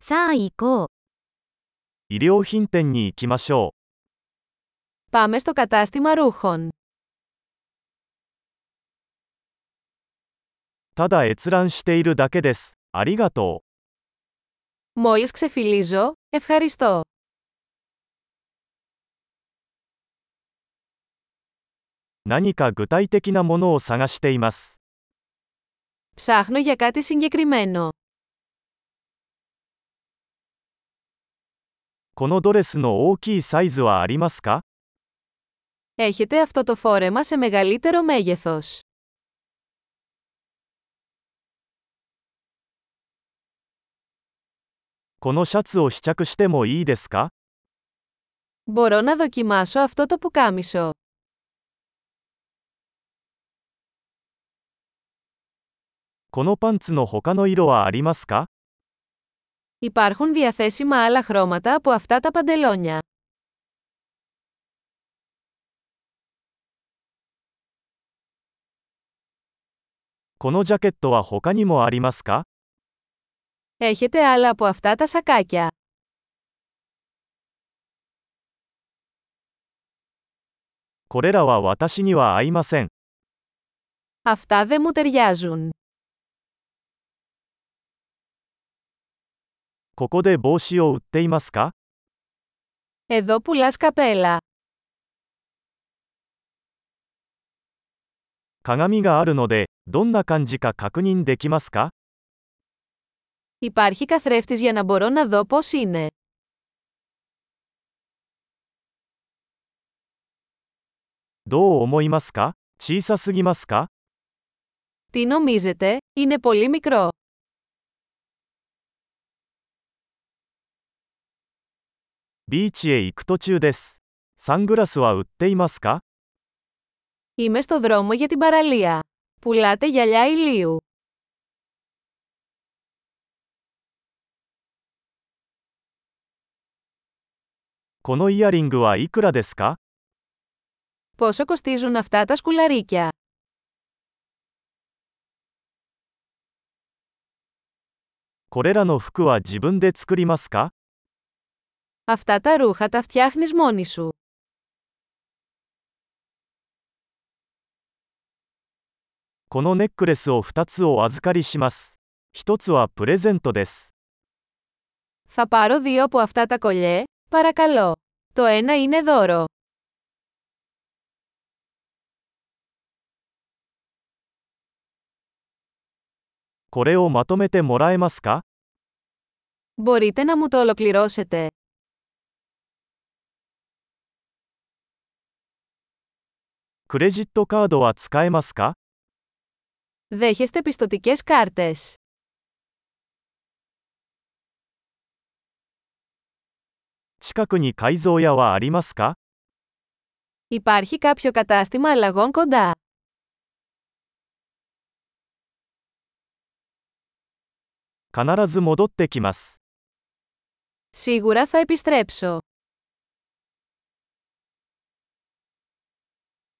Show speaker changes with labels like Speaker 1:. Speaker 1: さあ行こう。
Speaker 2: 衣料品店に行きましょ
Speaker 3: Πάμε στο κατάστημα ρούχων.
Speaker 2: う。ただ閲覧しているだけです。ありがと
Speaker 3: Μόλις ξεφυλίζω, ευχαριστώ.
Speaker 2: う。何か具体的なものを探しています。
Speaker 3: Ψάχνω για κάτι συγκεκριμένο.
Speaker 2: このドレスの大きいサイズはありますか
Speaker 3: Έχετε αυτό το φόρεμα σε μεγαλύτερο μέγεθος.
Speaker 2: このシャツを試着してもいいですか
Speaker 3: Μπορώ να δοκιμάσω αυτό το πουκάμισο.
Speaker 2: このパンツの他の色はありますか
Speaker 3: Υπάρχουν διαθέσιμα άλλα χρώματα από αυτά τα παντελόνια.
Speaker 2: このジャケットは他にもありますか
Speaker 3: Έχετε άλλα από αυτά τα σακάκια.
Speaker 2: これらは私には合いません。
Speaker 3: Αυτά δεν μου ταιριάζουν.
Speaker 2: ここで帽子を売っていますか
Speaker 3: Εδώ πουλάς καπέλα.
Speaker 2: 鏡があるので、どんな感じか確認できますか
Speaker 3: Υπάρχει καθρέφτης για να μπορώ να δω πώς είναι.
Speaker 2: どう思いますか小さすぎますか
Speaker 3: Τι νομίζετε, είναι πολύ μικρό.
Speaker 2: ビーチへ行く途中です。サングラスは売っていますか
Speaker 3: Είμαι στο δρόμο για την παραλία. Πουλάτε γυαλιά ηλίου.
Speaker 2: このイヤリングはいくらですか
Speaker 3: Πόσο κοστίζουν αυτά τα σκουλαρίκια.
Speaker 2: これらの服は自分で作りますか
Speaker 3: Αυτά τα ρούχα τα φτιάχνεις μόνη σου.
Speaker 2: このネックレスを2つお預かりします。1つはプレゼントです。
Speaker 3: Θα πάρω δύο από αυτά τα κολλιέ, παρακαλώ. Το ένα είναι δώρο.
Speaker 2: これをまとめてもらえますか
Speaker 3: Μπορείτε να μου το ολοκληρώσετε.
Speaker 2: クレジットカードは使えますか
Speaker 3: Δέχεστε πιστοτικές κάρτες.
Speaker 2: 近くに改造屋はありますか
Speaker 3: Υπάρχει κάποιο κατάστημα αλλαγών κοντά.
Speaker 2: 必ず戻ってきます。
Speaker 3: Σίγουρα θα επιστρέψω.